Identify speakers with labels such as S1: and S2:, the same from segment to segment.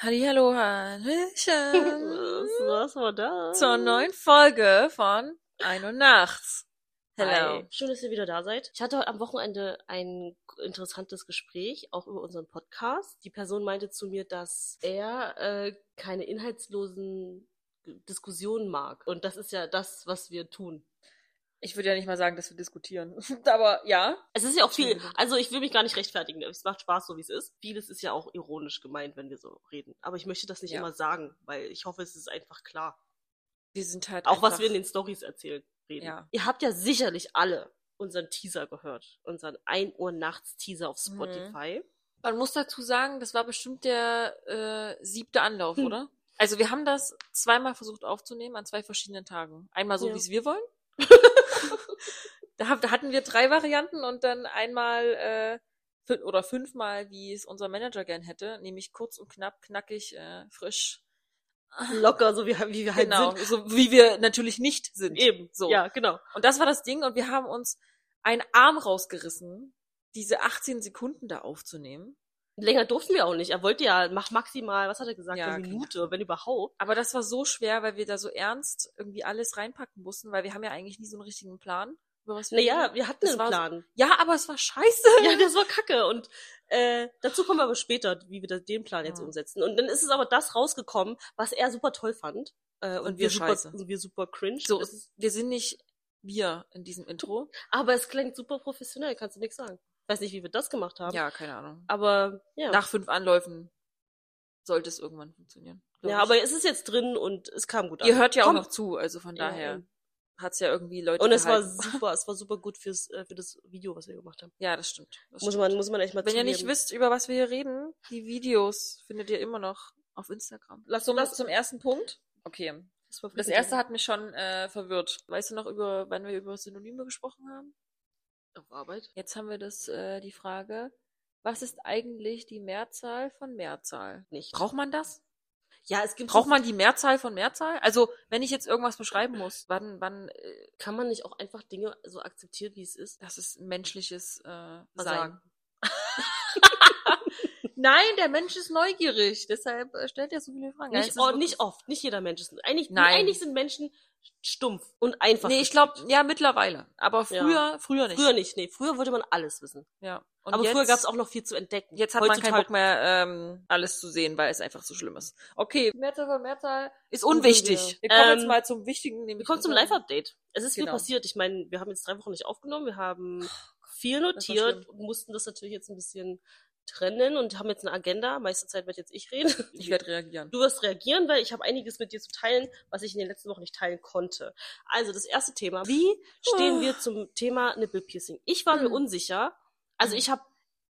S1: Hallihallo, Hallöchen
S2: Was war das?
S1: zur neuen Folge von Ein und Nachts. Hello.
S2: Hi. Schön, dass ihr wieder da seid. Ich hatte heute am Wochenende ein interessantes Gespräch, auch über unseren Podcast. Die Person meinte zu mir, dass er äh, keine inhaltslosen Diskussionen mag. Und das ist ja das, was wir tun.
S1: Ich würde ja nicht mal sagen, dass wir diskutieren, aber ja.
S2: Es ist ja auch viel,
S1: Entschuldigung.
S2: also ich will mich gar nicht rechtfertigen. Es macht Spaß, so wie es ist. Vieles ist ja auch ironisch gemeint, wenn wir so reden. Aber ich möchte das nicht
S1: Ja.
S2: immer sagen, weil ich hoffe, es ist einfach klar.
S1: Wir sind halt
S2: Auch was
S1: einfach-
S2: wir in den Stories erzählen, reden.
S1: Ja.
S2: Ihr habt ja sicherlich alle unseren Teaser gehört. Unseren 1 Uhr nachts Teaser auf
S1: Mhm.
S2: Spotify.
S1: Man muss dazu sagen, das war bestimmt der äh, siebte Anlauf,
S2: Hm.
S1: oder? Also wir haben das zweimal versucht aufzunehmen an zwei verschiedenen Tagen. Einmal so,
S2: Ja.
S1: wie es wir wollen. da, hab- da hatten wir drei Varianten und dann einmal äh, fün- oder fünfmal, wie es unser Manager gern hätte, nämlich kurz und knapp, knackig, äh, frisch.
S2: Locker, so wie, wie wir halt
S1: Genau,
S2: sind.
S1: so wie wir natürlich nicht sind.
S2: Eben,
S1: So.
S2: so. Ja, genau.
S1: Und das war das Ding und wir haben uns einen Arm rausgerissen, diese 18 Sekunden da aufzunehmen.
S2: Länger durften wir auch nicht. Er wollte ja mach maximal, was hat er gesagt,
S1: Ja,
S2: eine
S1: keine
S2: Minute, wenn überhaupt.
S1: Aber das war so schwer, weil wir da so ernst irgendwie alles reinpacken mussten, weil wir haben ja eigentlich nie so einen richtigen Plan, über was wir
S2: Naja,
S1: reden.
S2: wir hatten
S1: Das
S2: einen
S1: war so-
S2: Plan.
S1: Ja, aber es war scheiße.
S2: Ja, das war kacke. Und äh, dazu kommen wir aber später, wie wir das, den Plan jetzt
S1: Ja.
S2: umsetzen. Und dann ist es aber das rausgekommen, was er super toll fand. Äh, und,
S1: Und wir
S2: wir super,
S1: scheiße.
S2: und wir super cringe.
S1: So,
S2: Es
S1: es, wir sind nicht wir in diesem Intro.
S2: Aber es klingt super professionell, kannst du nichts sagen. Weiß nicht, wie wir das gemacht haben.
S1: Ja, keine Ahnung.
S2: Aber ja.
S1: Nach fünf Anläufen sollte es irgendwann funktionieren. glaub
S2: ja,
S1: ich.
S2: aber es ist jetzt drin und es kam gut an.
S1: ihr hört ja auch
S2: Komm.
S1: noch zu, also von
S2: Ja,
S1: daher
S2: eben.
S1: hat's ja irgendwie Leute halt.
S2: Und es war
S1: gehalten.
S2: super, es war super gut fürs, äh, für das Video, was wir gemacht haben.
S1: Ja, das stimmt. Das
S2: Muss
S1: stimmt.
S2: man, muss man echt mal
S1: Wenn ihr nicht
S2: zugeben.
S1: wisst, über was wir hier reden, die Videos findet ihr immer noch auf Instagram.
S2: Lass-
S1: zum,
S2: lass-
S1: zum ersten Punkt. Okay.
S2: Das, war
S1: Das
S2: wirklich-
S1: erste hat mich schon äh, verwirrt. Weißt du noch, über wann wir über Synonyme gesprochen haben?
S2: Auf Arbeit.
S1: Jetzt haben wir das, äh, die Frage, was ist eigentlich die Mehrzahl von Mehrzahl?
S2: Nicht.
S1: Braucht man das?
S2: ja, es gibt.
S1: Braucht man die Mehrzahl von Mehrzahl? Also, wenn ich jetzt irgendwas beschreiben muss, wann, wann, äh,
S2: Kann man nicht auch einfach Dinge so akzeptieren, wie es ist?
S1: das ist ein menschliches äh, Sein.
S2: Versagen.
S1: Nein, der Mensch ist neugierig, deshalb äh, stellt er so viele Fragen. Nein, es
S2: Nicht,
S1: ist
S2: oh,
S1: wirklich-
S2: nicht oft, nicht jeder Mensch ist. Eigentlich,
S1: Nein.
S2: eigentlich sind Menschen stumpf und einfach.
S1: Nee, ich glaube, ja, mittlerweile. Aber
S2: Ja.
S1: früher, früher nicht.
S2: Früher nicht, nee, früher wollte man alles wissen.
S1: Ja. Und
S2: Aber
S1: jetzt,
S2: früher gab es auch noch viel zu entdecken.
S1: Jetzt hat man keinen Bock mehr, ähm, alles zu sehen, weil es einfach so schlimm ist. Okay. Mehrzahl von Mehrzahl ist unwichtig. Ähm,
S2: unwichtig. Wir kommen jetzt mal
S1: zum wichtigen.
S2: Wir kommen zum Live-Update. Es ist
S1: Genau. Oh
S2: viel passiert. Ich meine, wir haben jetzt drei Wochen nicht aufgenommen. Wir haben viel
S1: das war
S2: notiert
S1: schlimm.
S2: und mussten das natürlich jetzt ein bisschen trennen und haben jetzt eine Agenda. Meiste Zeit werde jetzt ich reden.
S1: Ich werde reagieren.
S2: Du wirst reagieren, weil ich habe einiges mit dir zu teilen, was ich in den letzten Wochen nicht teilen konnte. Also das erste Thema. Wie stehen
S1: Ah.
S2: wir zum Thema Nippelpiercing? Ich war mir
S1: Hm.
S2: unsicher. Also
S1: Hm.
S2: ich habe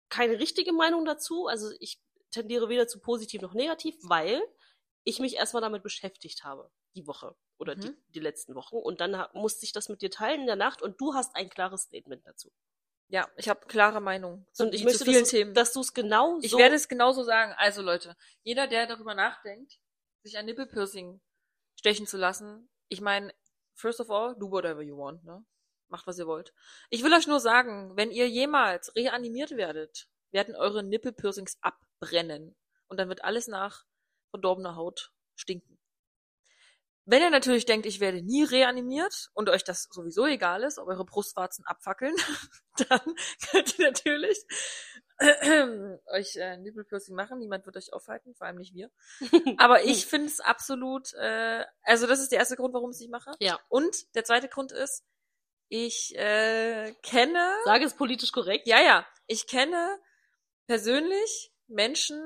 S2: keine richtige Meinung dazu. Also ich tendiere weder zu positiv noch negativ, weil ich mich erstmal damit beschäftigt habe, die Woche oder die,
S1: Mhm.
S2: die letzten Wochen. Und dann ha- musste ich das mit dir teilen in der Nacht und du hast ein klares Statement dazu.
S1: Ja, ich habe klare Meinung. zu-
S2: Und ich
S1: zu
S2: möchte,
S1: vielen
S2: dass, du-
S1: Themen.
S2: dass du es genau
S1: ich
S2: so...
S1: werde es genauso sagen. Also Leute, jeder, der darüber nachdenkt, sich ein Nippelpiercing stechen zu lassen, ich meine, first of all, do whatever you want, ne? Macht, was ihr wollt. Ich will euch nur sagen, wenn ihr jemals reanimiert werdet, werden eure Nippelpiercings abbrennen. Und dann wird alles nach verdorbener Haut stinken. Wenn ihr natürlich denkt, ich werde nie reanimiert und euch das sowieso egal ist, ob eure Brustwarzen abfackeln, dann könnt ihr natürlich euch äh, Nippelpiercing machen. Niemand wird euch aufhalten, vor allem nicht wir. Aber ich finde es absolut, äh, also das ist der erste Grund, warum ich es nicht mache.
S2: Ja.
S1: Und der zweite Grund ist, ich äh, kenne,
S2: Sage es politisch korrekt.
S1: ja, ja, ich kenne persönlich Menschen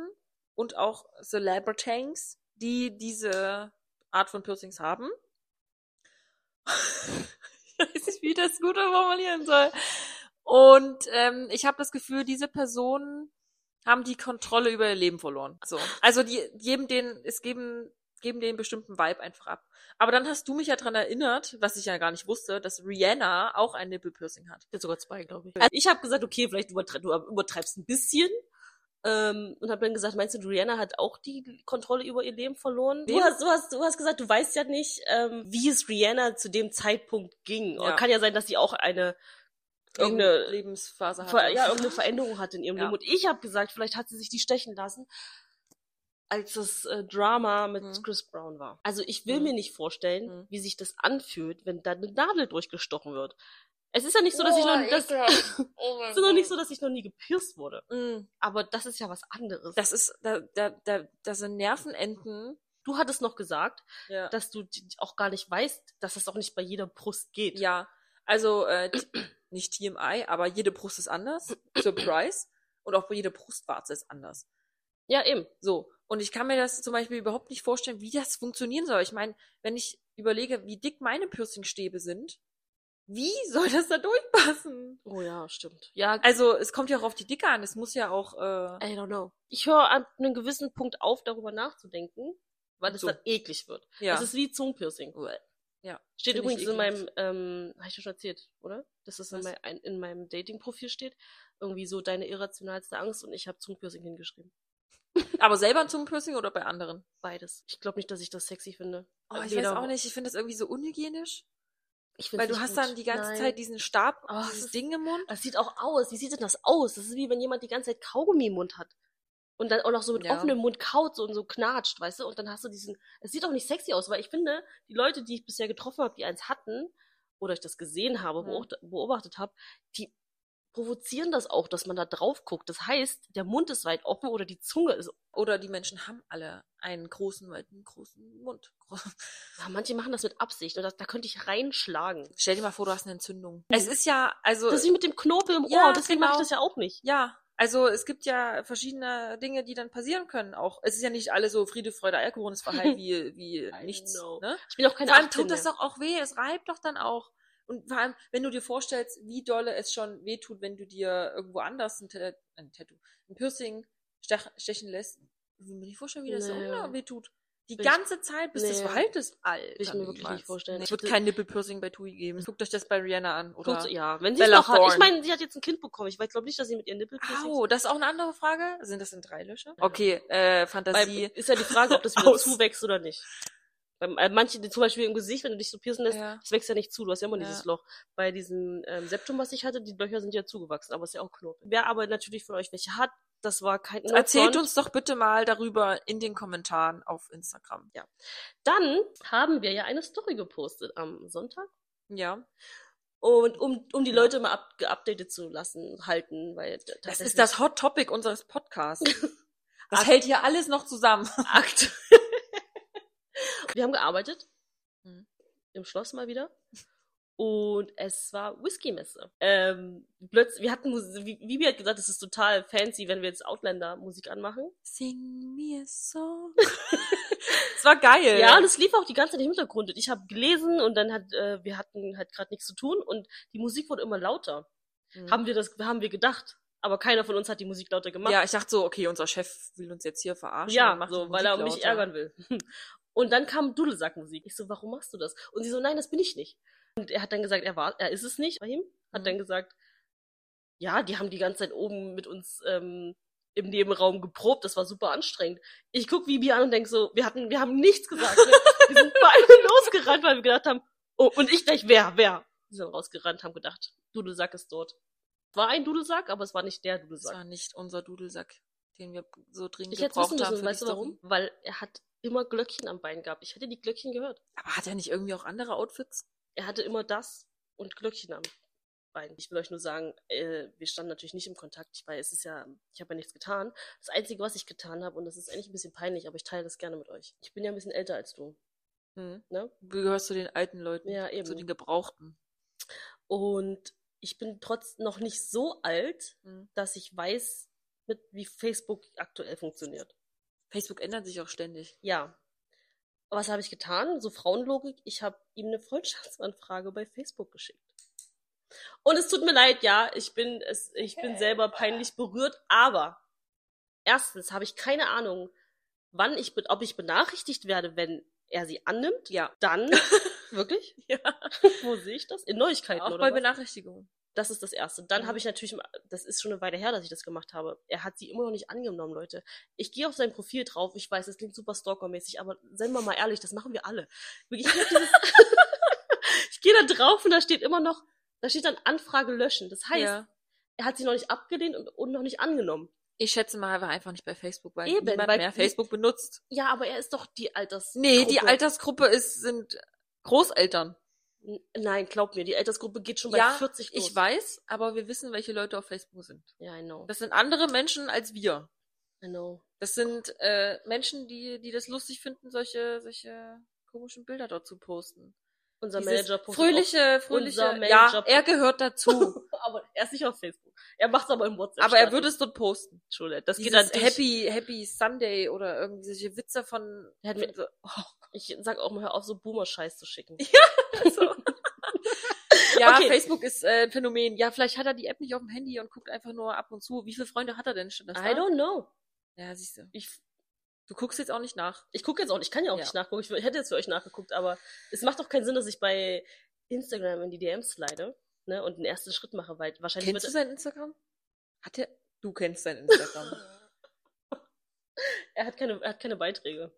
S1: und auch Celebrities, die diese Art von Piercings haben. ich weiß nicht, wie ich das gut formulieren soll. Und ähm, ich habe das Gefühl, diese Personen haben die Kontrolle über ihr Leben verloren. So. Also die geben den, es geben, geben den bestimmten Vibe einfach ab. Aber dann hast du mich ja dran erinnert, was ich ja gar nicht wusste, dass Rihanna auch ein Nippelpiercing hat.
S2: Jetzt sogar zwei, glaube ich. Also ich habe gesagt, okay, vielleicht übertre du übertreibst ein bisschen. Ähm, und habe dann gesagt, meinst du, Rihanna hat auch die Kontrolle über ihr Leben verloren? Du
S1: Wem?
S2: hast, du, hast, du hast gesagt, du weißt ja nicht, ähm, wie es Rihanna zu dem Zeitpunkt ging.
S1: Ja.
S2: Oder kann ja sein, dass sie auch eine
S1: irgendeine
S2: irgendeine,
S1: Lebensphase hatte.
S2: Ver ja, irgendeine Veränderung hat in ihrem
S1: Ja.
S2: Leben. Und ich habe gesagt, vielleicht hat sie sich die stechen lassen, als das äh, Drama mit
S1: Mhm.
S2: Chris Brown war. Also ich will
S1: Mhm.
S2: mir nicht vorstellen,
S1: Mhm.
S2: wie sich das anfühlt, wenn da eine Nadel durchgestochen wird. Es ist ja nicht so, dass ich noch, das,
S1: oh
S2: es ist noch nicht so, dass ich noch nie gepierst wurde.
S1: Mm,
S2: Aber das ist ja was anderes.
S1: Das ist, da, da, da, das sind Nervenenden.
S2: du hattest noch gesagt,
S1: Ja.
S2: dass du d- auch gar nicht weißt, dass das auch nicht bei jeder Brust geht.
S1: Ja, also äh, t- nicht TMI, aber jede Brust ist anders. Surprise. Und auch jede Brustwarze ist anders.
S2: Ja, eben.
S1: So. Und ich kann mir das zum Beispiel überhaupt nicht vorstellen, wie das funktionieren soll. Ich meine, wenn ich überlege, wie dick meine Piercingstäbe sind, wie soll das da durchpassen?
S2: Oh ja, stimmt. Ja,
S1: Also, es kommt ja auch auf die Dicke an. Es muss ja auch, äh,
S2: I don't know. Ich höre an einem gewissen Punkt auf, darüber nachzudenken, weil es
S1: So.
S2: dann eklig wird.
S1: ja.
S2: Das ist wie Zungenpiercing.
S1: Ja,
S2: Steht
S1: find ich
S2: übrigens in meinem,
S1: eklig.
S2: ähm, habe ich dir schon erzählt, oder? Dass das in,
S1: Was?
S2: mein, ein, in meinem Dating-Profil steht. Irgendwie so deine irrationalste Angst und ich habe Zungenpiercing hingeschrieben.
S1: aber selber ein Zungenpiercing oder bei anderen?
S2: Beides. Ich glaube nicht, dass ich das sexy finde.
S1: Oh, ich
S2: Weder-
S1: weiß auch nicht. Ich finde das irgendwie so unhygienisch.
S2: Ich find's
S1: Weil du
S2: nicht
S1: hast
S2: gut.
S1: dann die ganze
S2: Nein.
S1: Zeit diesen Stab,
S2: Oh, das
S1: dieses
S2: ist-
S1: Ding im Mund.
S2: Das sieht auch aus. Wie sieht denn das aus? Das ist wie wenn jemand die ganze Zeit Kaugummi im Mund hat. Und dann auch noch so mit
S1: Ja.
S2: offenem Mund kaut so und so knatscht, weißt du? Und dann hast du diesen. Es sieht auch nicht sexy aus, weil ich finde, die Leute, die ich bisher getroffen habe, die eins hatten, oder ich das gesehen habe,
S1: Mhm.
S2: beobacht- beobachtet habe, die provozieren das auch, dass man da drauf guckt. Das heißt, der Mund ist weit offen oder die Zunge ist.
S1: Oder die Menschen haben alle einen großen, weiten, großen Mund.
S2: Ja, manche machen das mit Absicht. Und das, da könnte ich reinschlagen.
S1: Stell dir mal vor, du hast eine Entzündung. Es ist ja, also,
S2: Das ist wie mit dem Knorpel im Ohr,
S1: Ja,
S2: deswegen
S1: genau.
S2: mache ich das ja auch nicht.
S1: ja, also es gibt ja verschiedene Dinge, die dann passieren können. Auch es ist ja nicht alle so Friede, Freude, Eierkuchen ist verheilt halt wie wie
S2: I
S1: nichts.
S2: know.
S1: Ne?
S2: Ich bin auch keine
S1: Vor allem
S2: 18
S1: tut das
S2: mehr.
S1: doch auch weh. Es reibt doch dann auch. Und vor allem, wenn du dir vorstellst, wie dolle es schon weh tut, wenn du dir irgendwo anders ein, Tat- ein Tattoo, ein Piercing stach, stechen lässt, ich will mir nicht vorstellen, wie das
S2: Nee.
S1: so weh tut. Die
S2: Bin ich-
S1: ganze Zeit, bis das
S2: Nee.
S1: verhaltest. Alter,
S2: ich mir wirklich
S1: niemals.
S2: nicht vorstellen.
S1: Ich
S2: Ich
S1: würde
S2: hätte-
S1: kein Nippelpiercing bei Tui geben. Guckt euch das bei Rihanna an, oder?
S2: Kurz, ja, wenn sie eh es
S1: Bella
S2: noch hat. Ich
S1: Thorne.
S2: meine, sie hat jetzt ein Kind bekommen. Ich glaube nicht, dass sie mit ihren Nippel
S1: Au, das ist auch eine andere Frage. Sind das denn drei Löcher?
S2: Ja.
S1: Okay, äh,
S2: Weil,
S1: Fantasie.
S2: ist ja die Frage, ob das wieder
S1: Aus.
S2: zuwächst oder nicht. Bei äh, manchen, die zum Beispiel im Gesicht, wenn du dich so piercen lässt,
S1: Ja.
S2: das wächst ja nicht zu. Du hast ja immer
S1: Ja.
S2: dieses Loch. Bei diesem ähm, Septum, was ich hatte, die Löcher sind ja zugewachsen, aber es ist ja auch Knorpel. Wer aber natürlich von euch welche hat, das war kein Notfall.
S1: Erzählt uns doch bitte mal darüber in den Kommentaren auf Instagram.
S2: Dann haben wir ja eine Story gepostet am Sonntag.
S1: Ja.
S2: Und um, um die
S1: Ja.
S2: Leute mal ab, geupdatet zu lassen, halten, weil
S1: Das ist das Hot Topic unseres Podcasts. Das
S2: Akt-
S1: hält hier alles noch zusammen.
S2: Akt. wir haben gearbeitet.
S1: Mhm.
S2: Im Schloss mal wieder. Und es war Whisky-Messe. Ähm, plötzlich, wir hatten, Mus- wie wie wir hat gesagt, es ist total fancy, wenn wir jetzt Outlander-Musik anmachen.
S1: Sing me a song. das war geil.
S2: Ja, und es lief auch die ganze Zeit im Hintergrund. Und ich habe gelesen und dann hat, äh, wir hatten halt gerade nichts zu tun und die Musik wurde immer lauter.
S1: Mhm.
S2: Haben wir das, haben wir gedacht. Aber keiner von uns hat die Musik lauter gemacht.
S1: ja, ich dachte so, okay, unser Chef will uns jetzt hier verarschen.
S2: Ja,
S1: und macht
S2: so,
S1: die
S2: weil er
S1: Musik
S2: mich
S1: lauter.
S2: ärgern will. Und dann kam Dudelsackmusik. Ich so, warum machst du das? Und sie so, nein, das bin ich nicht. Und er hat dann gesagt, er war, er ist es nicht. Rahim hat
S1: Mhm.
S2: dann gesagt, ja, die haben die ganze Zeit oben mit uns ähm, im Nebenraum geprobt. Das war super anstrengend. Ich guck Bibi an und denk so, wir hatten, wir haben nichts gesagt. Ne? Wir sind beide losgerannt, weil wir gedacht haben, oh, und ich gleich, wer, wer? Die sind rausgerannt, haben gedacht, Dudelsack ist dort. War ein Dudelsack, aber es war nicht der
S1: Das
S2: Dudelsack.
S1: war nicht unser Dudelsack, den wir so dringend
S2: Ich hätte
S1: gebraucht
S2: wissen
S1: haben.
S2: müssen,
S1: für
S2: weißt
S1: die
S2: du
S1: Story.
S2: warum? Weil er hat immer Glöckchen am Bein gehabt. Ich hätte die Glöckchen gehört.
S1: Aber hat er nicht irgendwie auch andere Outfits?
S2: Er hatte immer das und Glöckchen am Bein. Ich will euch nur sagen, äh, wir standen natürlich nicht im Kontakt, weil es ist ja, ich habe ja nichts getan. Das Einzige, was ich getan habe, und das ist eigentlich ein bisschen peinlich, aber ich teile das gerne mit euch. Ich bin ja ein bisschen älter als du.
S1: Hm.
S2: Ne?
S1: Du gehörst zu den alten Leuten,
S2: Ja, eben.
S1: zu den Gebrauchten.
S2: Und ich bin trotz noch nicht so alt,
S1: Hm.
S2: dass ich weiß, mit, wie Facebook aktuell funktioniert.
S1: Facebook ändert sich auch ständig.
S2: Ja. Was habe ich getan? So Frauenlogik. Ich habe ihm eine Freundschaftsanfrage bei Facebook geschickt. Und es tut mir leid, ja, ich bin, es, ich bin selber peinlich berührt, aber erstens habe ich keine Ahnung, wann ich, be- ob ich benachrichtigt werde, wenn er sie annimmt.
S1: Ja.
S2: Dann, wirklich?
S1: Ja.
S2: Wo sehe ich das? In Neuigkeiten
S1: Auch
S2: oder
S1: bei
S2: was?
S1: Benachrichtigungen.
S2: Das ist das Erste. Dann
S1: Mhm.
S2: habe ich natürlich, das ist schon eine Weile her, dass ich das gemacht habe. Er hat sie immer noch nicht angenommen, Leute. Ich gehe auf sein Profil drauf. Ich weiß, es klingt super stalkermäßig, aber seien wir mal ehrlich, das machen wir alle. Wirklich, Ich, hab dieses- ich gehe da drauf und da steht immer noch, da steht dann Anfrage löschen. Das heißt,
S1: ja.
S2: er hat sie noch nicht abgelehnt und, und noch nicht angenommen.
S1: Ich schätze mal, er war einfach nicht bei Facebook, weil
S2: Eben,
S1: niemand
S2: weil-
S1: mehr Facebook benutzt.
S2: Ja, aber er ist doch die Alters.
S1: Nee, die
S2: Gruppe.
S1: Altersgruppe ist, sind Großeltern.
S2: N- Nein, glaub mir, die Altersgruppe geht schon bei
S1: Ja,
S2: 40 los.
S1: Ich weiß, aber wir wissen, welche Leute auf Facebook sind.
S2: Ja, I know.
S1: Das sind andere Menschen als wir.
S2: I know.
S1: Das sind äh, Menschen, die, die das lustig finden, solche, solche komischen Bilder dort zu posten.
S2: Unser
S1: Dieses
S2: Manager postet
S1: Fröhliche, fröhliche.
S2: Unser
S1: ja,
S2: Manager-
S1: er gehört dazu.
S2: auch- aber er ist nicht auf Facebook. Er macht's aber im WhatsApp.
S1: aber er würde es dort posten.
S2: Entschuldigung, das
S1: Dieses
S2: geht halt dann happy.
S1: Happy, Happy Sunday oder irgendwie solche Witze von.
S2: Er hat mir-
S1: von so, oh,
S2: Ich sag auch mal, hör auf, so Boomer-Scheiß zu schicken.
S1: So. ja,
S2: Okay.
S1: Facebook ist äh, ein Phänomen. Ja, vielleicht hat er die App nicht auf dem Handy und guckt einfach nur ab und zu. Wie viele Freunde hat er denn schon?
S2: I don't know.
S1: Ja, siehst du.
S2: Ich,
S1: Du guckst jetzt auch nicht nach.
S2: ich gucke jetzt auch nicht, ich kann ja auch
S1: Ja.
S2: nicht nachgucken. Ich wür- hätte jetzt für euch nachgeguckt, aber es macht doch keinen Sinn, dass ich bei Instagram in die DMs slide ne, und den ersten Schritt mache, weil wahrscheinlich
S1: Kennst du
S2: wird
S1: sein Instagram? Hat er? Du kennst sein Instagram.
S2: er hat keine, er hat keine Beiträge.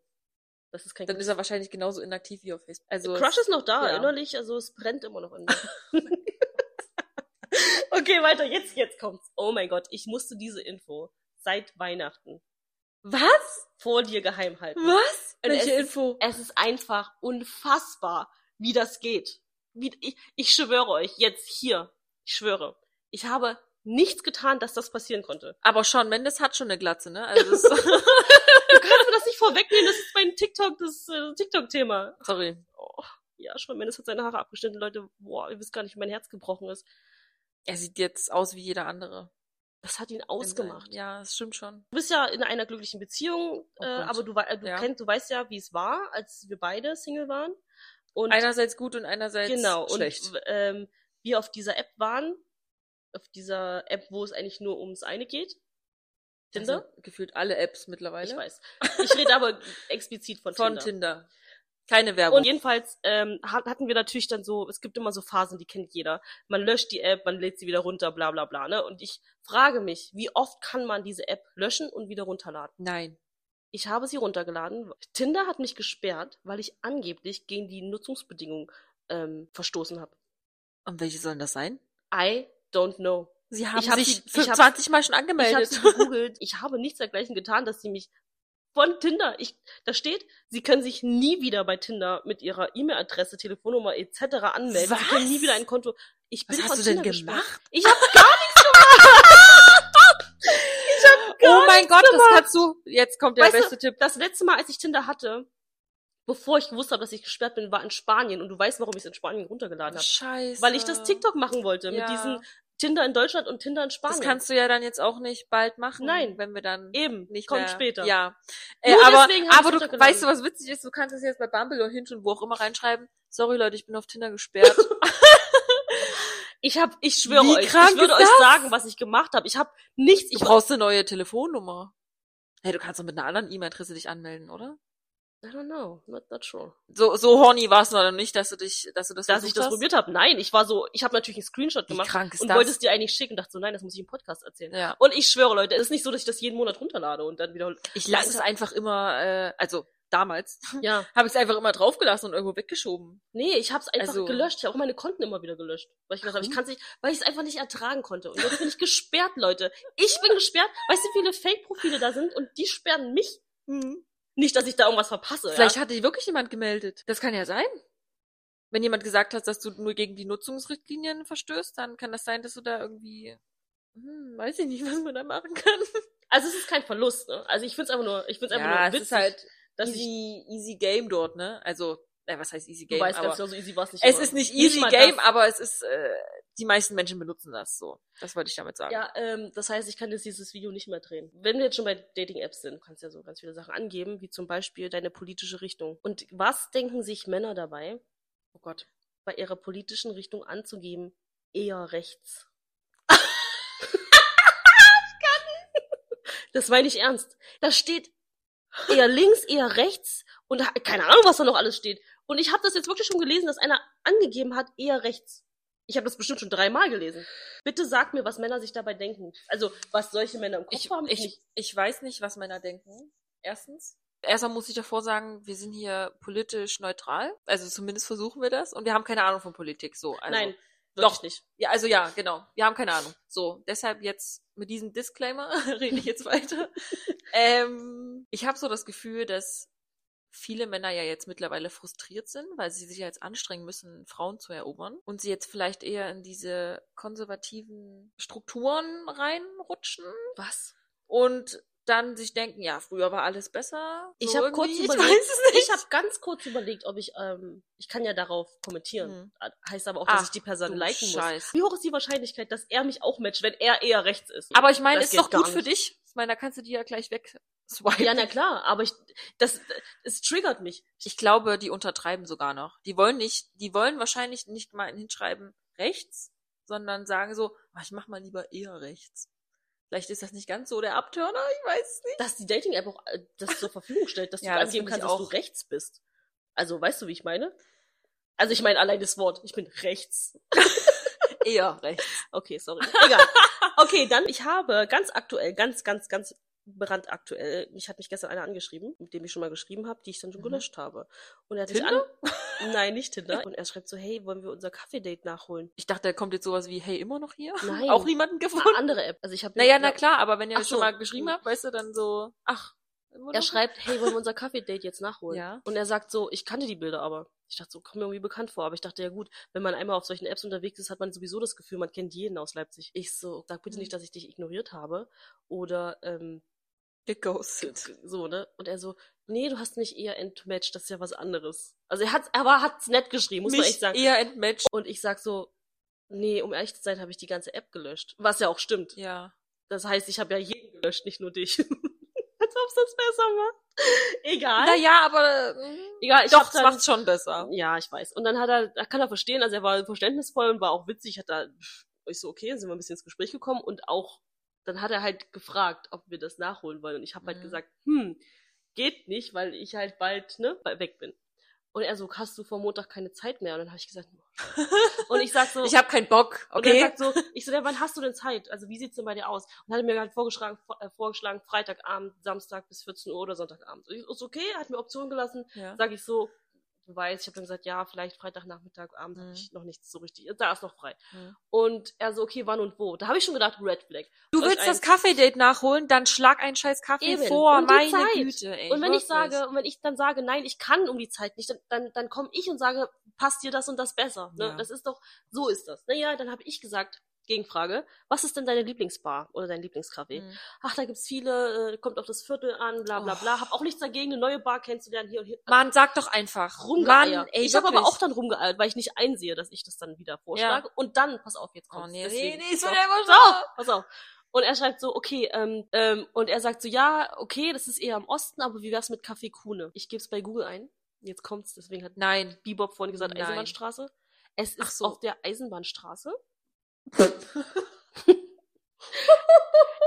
S2: Das ist kein
S1: Dann ist er wahrscheinlich genauso inaktiv wie auf Facebook. Also
S2: Crush ist noch da,
S1: ja.
S2: innerlich, also es brennt immer noch in mir. okay, weiter, jetzt, jetzt kommt's. Oh mein Gott, ich musste diese Info seit Weihnachten
S1: was?
S2: vor dir geheim halten.
S1: Was?
S2: Und
S1: Welche
S2: es-
S1: Info?
S2: Es ist einfach unfassbar, wie das geht. Wie, ich, ich schwöre euch, jetzt hier, ich schwöre, ich habe nichts getan, dass das passieren konnte.
S1: Aber Sean Mendes hat schon eine Glatze, ne? Also das ist,
S2: Du kannst mir das nicht vorwegnehmen, das ist mein TikTok, das äh, TikTok-Thema.
S1: sorry.
S2: Oh, ja, schon, Mendes hat seine Haare abgeschnitten, Leute, boah, ihr wisst gar nicht, wie mein Herz gebrochen ist.
S1: Er sieht jetzt aus wie jeder andere.
S2: Das hat ihn ausgemacht.
S1: Ja, das stimmt schon.
S2: Du bist ja in einer glücklichen Beziehung,
S1: Oh
S2: äh,
S1: Gott.
S2: aber du, wei- äh, du,
S1: Ja.
S2: kennst, du weißt ja, wie es war, als wir beide Single waren. Und
S1: einerseits gut und einerseits
S2: genau,
S1: schlecht.
S2: und w- ähm, wir auf dieser App waren, auf dieser App, wo es eigentlich nur ums eine geht. Tinder?
S1: Also, gefühlt alle Apps mittlerweile.
S2: ich weiß. Ich rede aber explizit von,
S1: Von
S2: Tinder.
S1: Tinder. Keine Werbung.
S2: Und jedenfalls ähm, hat- hatten wir natürlich dann so, es gibt immer so Phasen, die kennt jeder. Man löscht die App, man lädt sie wieder runter, bla bla bla. Ne? Und ich frage mich, wie oft kann man diese App löschen und wieder runterladen?
S1: Nein.
S2: Ich habe sie runtergeladen. Tinder hat mich gesperrt, weil ich angeblich gegen die Nutzungsbedingungen ähm, verstoßen habe.
S1: Und welche sollen das sein?
S2: I don't know.
S1: Sie haben
S2: Ich hab
S1: sich
S2: sie- ich hab-
S1: 20 Mal schon
S2: Ich habe
S1: angemeldet.
S2: sie gegoogelt. Ich habe nichts dergleichen getan, dass sie mich von Tinder, ich, da steht, sie können sich nie wieder bei Tinder mit ihrer E-Mail-Adresse, Telefonnummer etc. anmelden. Sie
S1: Was?
S2: können nie wieder ein Konto. Ich bin
S1: Was
S2: von
S1: hast du denn
S2: Tinder gesperrt.
S1: gemacht?
S2: Ich habe
S1: Oh mein Gott, das kannst du. Jetzt kommt der
S2: Weißt du-
S1: beste Tipp.
S2: das letzte Mal, als ich Tinder hatte, bevor ich gewusst habe, dass ich gesperrt bin, war in Spanien. Und du weißt, warum ich es in Spanien runtergeladen habe.
S1: Scheiße.
S2: Weil ich das TikTok machen wollte mit diesen Tinder in Deutschland und Tinder in Spanien.
S1: Das kannst du ja dann jetzt auch nicht bald machen.
S2: Nein.
S1: Wenn wir dann
S2: eben,
S1: nicht
S2: kommt
S1: mehr.
S2: später.
S1: Ja. Äh,
S2: Nur
S1: aber
S2: deswegen hab ich's
S1: aber du
S2: runtergeladen.
S1: weißt du, was witzig ist? Du kannst es jetzt bei Bumble und Hinge und wo auch immer reinschreiben. Sorry Leute, ich bin auf Tinder gesperrt.
S2: Ich hab, ich schwöre
S1: Wie
S2: euch, ich
S1: krank
S2: würde
S1: ist
S2: euch
S1: das?
S2: sagen, was ich gemacht habe. Ich habe nichts, ich
S1: du brauchst eine neue Telefonnummer. Hey, du kannst doch mit einer anderen E-Mail-Adresse dich anmelden, oder?
S2: I don't know, not, not sure.
S1: So, so horny warst du noch nicht, dass du dich, dass du das
S2: Dass ich das
S1: versucht
S2: probiert habe. Nein, ich war so, ich habe natürlich einen Screenshot
S1: hast? Also Wie
S2: gemacht
S1: krank ist
S2: und
S1: das?
S2: wollte es dir eigentlich schicken und dachte so, nein, das muss ich im Podcast erzählen.
S1: ja.
S2: Und ich schwöre, Leute, es ist nicht so, dass ich das jeden Monat runterlade und dann wieder.
S1: Ich lasse es einfach immer, äh, also damals,
S2: Ja.
S1: habe ich es einfach immer draufgelassen und irgendwo weggeschoben.
S2: Nee, ich habe es einfach
S1: Also-
S2: gelöscht. Ich habe auch meine Konten immer wieder gelöscht. Weil ich gedacht habe, ich
S1: Warum?
S2: kann nicht, weil ich es einfach nicht ertragen konnte. Und jetzt bin ich gesperrt, Leute. Ich bin gesperrt. Weißt du, wie viele Fake-Profile da sind und die sperren mich? Nicht, dass ich da irgendwas verpasse.
S1: Mhm. Vielleicht
S2: ja?
S1: hatte dich wirklich jemand gemeldet. Das kann ja sein. Wenn jemand gesagt hat, dass du nur gegen die Nutzungsrichtlinien verstößt, dann kann das sein, dass du da irgendwie, hm, weiß ich nicht, was man da machen kann.
S2: Also es ist kein Verlust. Ne? Also ich find's einfach nur, ich find's einfach nur witzig,
S1: halt
S2: dass ich
S1: easy, easy game dort, ne? Also, äh, was heißt easy
S2: Du
S1: game?
S2: weißt
S1: aber
S2: ganz genau, so easy war es nicht.
S1: es
S2: immer.
S1: ist nicht easy
S2: mal
S1: game,
S2: das.
S1: aber es ist, äh, die meisten Menschen benutzen das so. Das wollte ich damit sagen.
S2: Ja, ähm, das heißt, ich kann jetzt dieses Video nicht mehr drehen. Wenn wir jetzt schon bei Dating-Apps sind, du kannst ja so ganz viele Sachen angeben, wie zum Beispiel deine politische Richtung. Und was denken sich Männer dabei,
S1: Oh Gott.
S2: bei ihrer politischen Richtung anzugeben? Eher rechts. Das meine ich ernst. Da steht eher links, eher rechts und ha- keine Ahnung, was da noch alles steht. Und ich habe das jetzt wirklich schon gelesen, dass einer angegeben hat, eher rechts. Ich habe das bestimmt schon dreimal gelesen. Bitte sagt mir, was Männer sich dabei denken. Also, was solche Männer im Kopf
S1: ich,
S2: haben.
S1: ich, ich weiß nicht, was Männer denken. Erstens. Erstmal muss ich davor sagen, wir sind hier politisch neutral. Also zumindest versuchen wir das. Und wir haben keine Ahnung von Politik. So, also
S2: Nein, Wirklich
S1: Doch.
S2: nicht.
S1: Ja, also ja, genau. Wir haben keine Ahnung. So, deshalb jetzt mit diesem Disclaimer rede ich jetzt weiter. ähm, ich habe so das Gefühl, dass viele Männer ja jetzt mittlerweile frustriert sind, weil sie sich ja jetzt anstrengen müssen, Frauen zu erobern und sie jetzt vielleicht eher in diese konservativen Strukturen reinrutschen
S2: Was?
S1: und dann sich denken, ja, früher war alles besser.
S2: Ich
S1: So
S2: hab
S1: irgendwie,
S2: kurz
S1: ich
S2: überlegt.
S1: weiß es nicht.
S2: Ich habe ganz kurz überlegt, ob ich, ähm, ich kann ja darauf kommentieren. Ah, Heißt aber auch, dass
S1: Hm. Ach,
S2: ich die Person
S1: du
S2: liken
S1: Scheiß.
S2: muss. Wie hoch ist die Wahrscheinlichkeit, dass er mich auch matcht, wenn er eher rechts ist?
S1: Aber ich meine,
S2: Das
S1: ist
S2: geht
S1: doch
S2: gar
S1: gut für dich. Ich meine, da kannst du die ja gleich weg swipen.
S2: ja, na klar, aber ich, das, es triggert mich.
S1: Ich glaube, die untertreiben sogar noch. Die wollen nicht, die wollen wahrscheinlich nicht mal hinschreiben rechts, sondern sagen so, "Ah, ich mach mal lieber eher rechts. Vielleicht ist das nicht ganz so der Abtörner, ich weiß es nicht.
S2: dass die Dating-App auch äh, das zur Verfügung stellt, dass
S1: Ja,
S2: du
S1: das
S2: angeben
S1: finde ich
S2: kannst, dass du
S1: auch.
S2: rechts bist. Also, weißt du, wie ich meine? Also, ich meine allein das Wort. Ich bin rechts.
S1: Eher rechts.
S2: Okay, sorry. Egal. Okay, dann, ich habe ganz aktuell, ganz, ganz, ganz brandaktuell, mich hat mich gestern einer angeschrieben, mit dem ich schon mal geschrieben habe, die ich dann schon
S1: Mhm.
S2: gelöscht habe. Und er hat mich an... Nein, nicht Tinder. Und er schreibt so, hey, wollen wir unser Kaffee-Date nachholen?
S1: Ich dachte, da kommt jetzt sowas wie, hey, immer noch hier?
S2: Nein.
S1: Auch niemanden gefunden?
S2: Eine andere App. Also, ich habe...
S1: naja, na klar, aber wenn ihr
S2: Ach
S1: schon
S2: so. Mhm.
S1: mal geschrieben habt, weißt du, dann so, ach. immer
S2: Er
S1: noch?
S2: schreibt, hey, wollen wir unser Kaffee-Date jetzt nachholen?
S1: Ja.
S2: Und er sagt so, ich kannte die Bilder aber. Ich dachte so, kommen mir irgendwie bekannt vor. Aber ich dachte, ja gut, wenn man einmal auf solchen Apps unterwegs ist, hat man sowieso das Gefühl, man kennt jeden aus Leipzig. Ich so, sag bitte
S1: Mhm.
S2: nicht, dass ich dich ignoriert habe. Oder, ähm,
S1: geghostet.
S2: so, ne? Und er so, nee, du hast mich eher entmatcht, das ist ja was anderes. Also er hat's, er war, hat's nett geschrieben, muss man echt
S1: Mich
S2: sagen.
S1: eher entmatcht.
S2: Und ich sag so, nee, um ehrlich zu sein, habe ich die ganze App gelöscht. Was ja auch stimmt.
S1: Ja.
S2: Das heißt, ich habe ja jeden gelöscht, nicht nur dich. Als ob's das besser macht. Egal.
S1: Naja, aber mm,
S2: Egal, ich
S1: doch,
S2: hab
S1: das
S2: dann,
S1: macht's schon besser.
S2: Ja, ich weiß. Und dann hat er, da kann er verstehen, also er war verständnisvoll und war auch witzig, hat da, ich so, okay, sind wir ein bisschen ins Gespräch gekommen und auch, dann hat er halt gefragt, ob wir das nachholen wollen und ich habe halt
S1: Mhm.
S2: gesagt, hm, geht nicht, weil ich halt bald, ne, bei- weg bin. Und er so, hast du vor Montag keine Zeit mehr? Und dann habe ich gesagt, und ich sag so,
S1: Ich habe keinen Bock,
S2: und er
S1: okay?
S2: sagt so, ich so, ja, wann hast du denn Zeit? Also wie sieht's denn bei dir aus? Und hat er mir halt vorgeschlagen, vor, äh, vorgeschlagen, Freitagabend, Samstag bis 14 Uhr oder Sonntagabend. Und ich, ist okay, hat mir Optionen gelassen,
S1: Ja.
S2: sage ich so, du weißt, ich habe dann gesagt, ja, vielleicht Freitagnachmittag, Abend
S1: Mhm.
S2: habe ich noch nichts so richtig. Da ist noch frei.
S1: Mhm.
S2: Und er so, okay, wann und wo? Da habe ich schon gedacht, Red Flag.
S1: Du
S2: Soll ich
S1: willst das
S2: eins-
S1: Kaffee-Date nachholen, dann schlag einen scheiß Kaffee
S2: Eben.
S1: vor,
S2: Und die
S1: meine
S2: Zeit.
S1: Güte, ey.
S2: und wenn
S1: wirklich.
S2: ich sage, und wenn ich dann sage, nein, ich kann um die Zeit nicht, dann, dann, dann komme ich und sage, passt dir das und das besser. Ne?
S1: Ja.
S2: Das ist doch, so ist das. Naja, dann habe ich gesagt, Gegenfrage, was ist denn deine Lieblingsbar oder dein Lieblingscafé?
S1: Mhm.
S2: Ach, da gibt's viele, äh, kommt auf das Viertel an, bla bla
S1: Oh.
S2: bla. Hab auch nichts dagegen, eine neue Bar kennenzulernen, hier und hier.
S1: Mann, sag doch einfach.
S2: rumgeeiert.
S1: Mann, ey,
S2: ich habe aber
S1: wirklich.
S2: auch dann rumgeeiert, weil ich nicht einsehe, dass ich das dann wieder vorschlage. Und dann, pass auf, jetzt
S1: Oh,
S2: kommt's.
S1: nee, nee,
S2: Deswegen-
S1: nee, es
S2: Pass
S1: wird
S2: auf,
S1: immer
S2: pass
S1: so.
S2: auf, pass auf. Und er schreibt so, okay, ähm, ähm, und er sagt so, ja, okay, das ist eher im Osten, aber wie wär's mit Café Kuhne? Ich geb's bei Google ein. Jetzt kommt's, deswegen hat
S1: Nein.
S2: Bebop vorhin gesagt,
S1: Nein.
S2: Eisenbahnstraße. Es
S1: Ach
S2: ist
S1: so.
S2: auf der Eisenbahnstraße.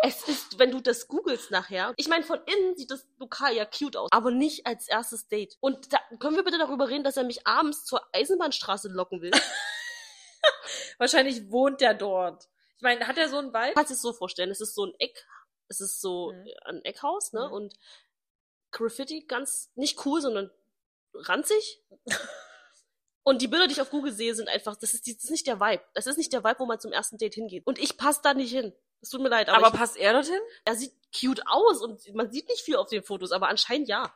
S2: es ist, wenn du das googelst nachher. Ich meine, von innen sieht das Lokal ja cute aus, aber nicht als erstes Date. Und da können wir bitte darüber reden, dass er mich abends zur Eisenbahnstraße locken will.
S1: Wahrscheinlich wohnt der dort. Ich meine, hat er so einen Wald?
S2: kannst es so vorstellen, es ist so ein Eck, es ist so
S1: Mhm.
S2: ein Eckhaus, ne?
S1: Mhm.
S2: Und Graffiti ganz nicht cool, sondern ranzig. Und die Bilder, die ich auf Google sehe, sind einfach, das ist, die- das ist nicht der Vibe. Das ist nicht der Vibe, wo man zum ersten Date hingeht. Und ich passe da nicht hin. Es tut mir leid, aber,
S1: Aber passt er dorthin?
S2: ich, er sieht cute aus und man sieht nicht viel auf den Fotos, aber anscheinend ja.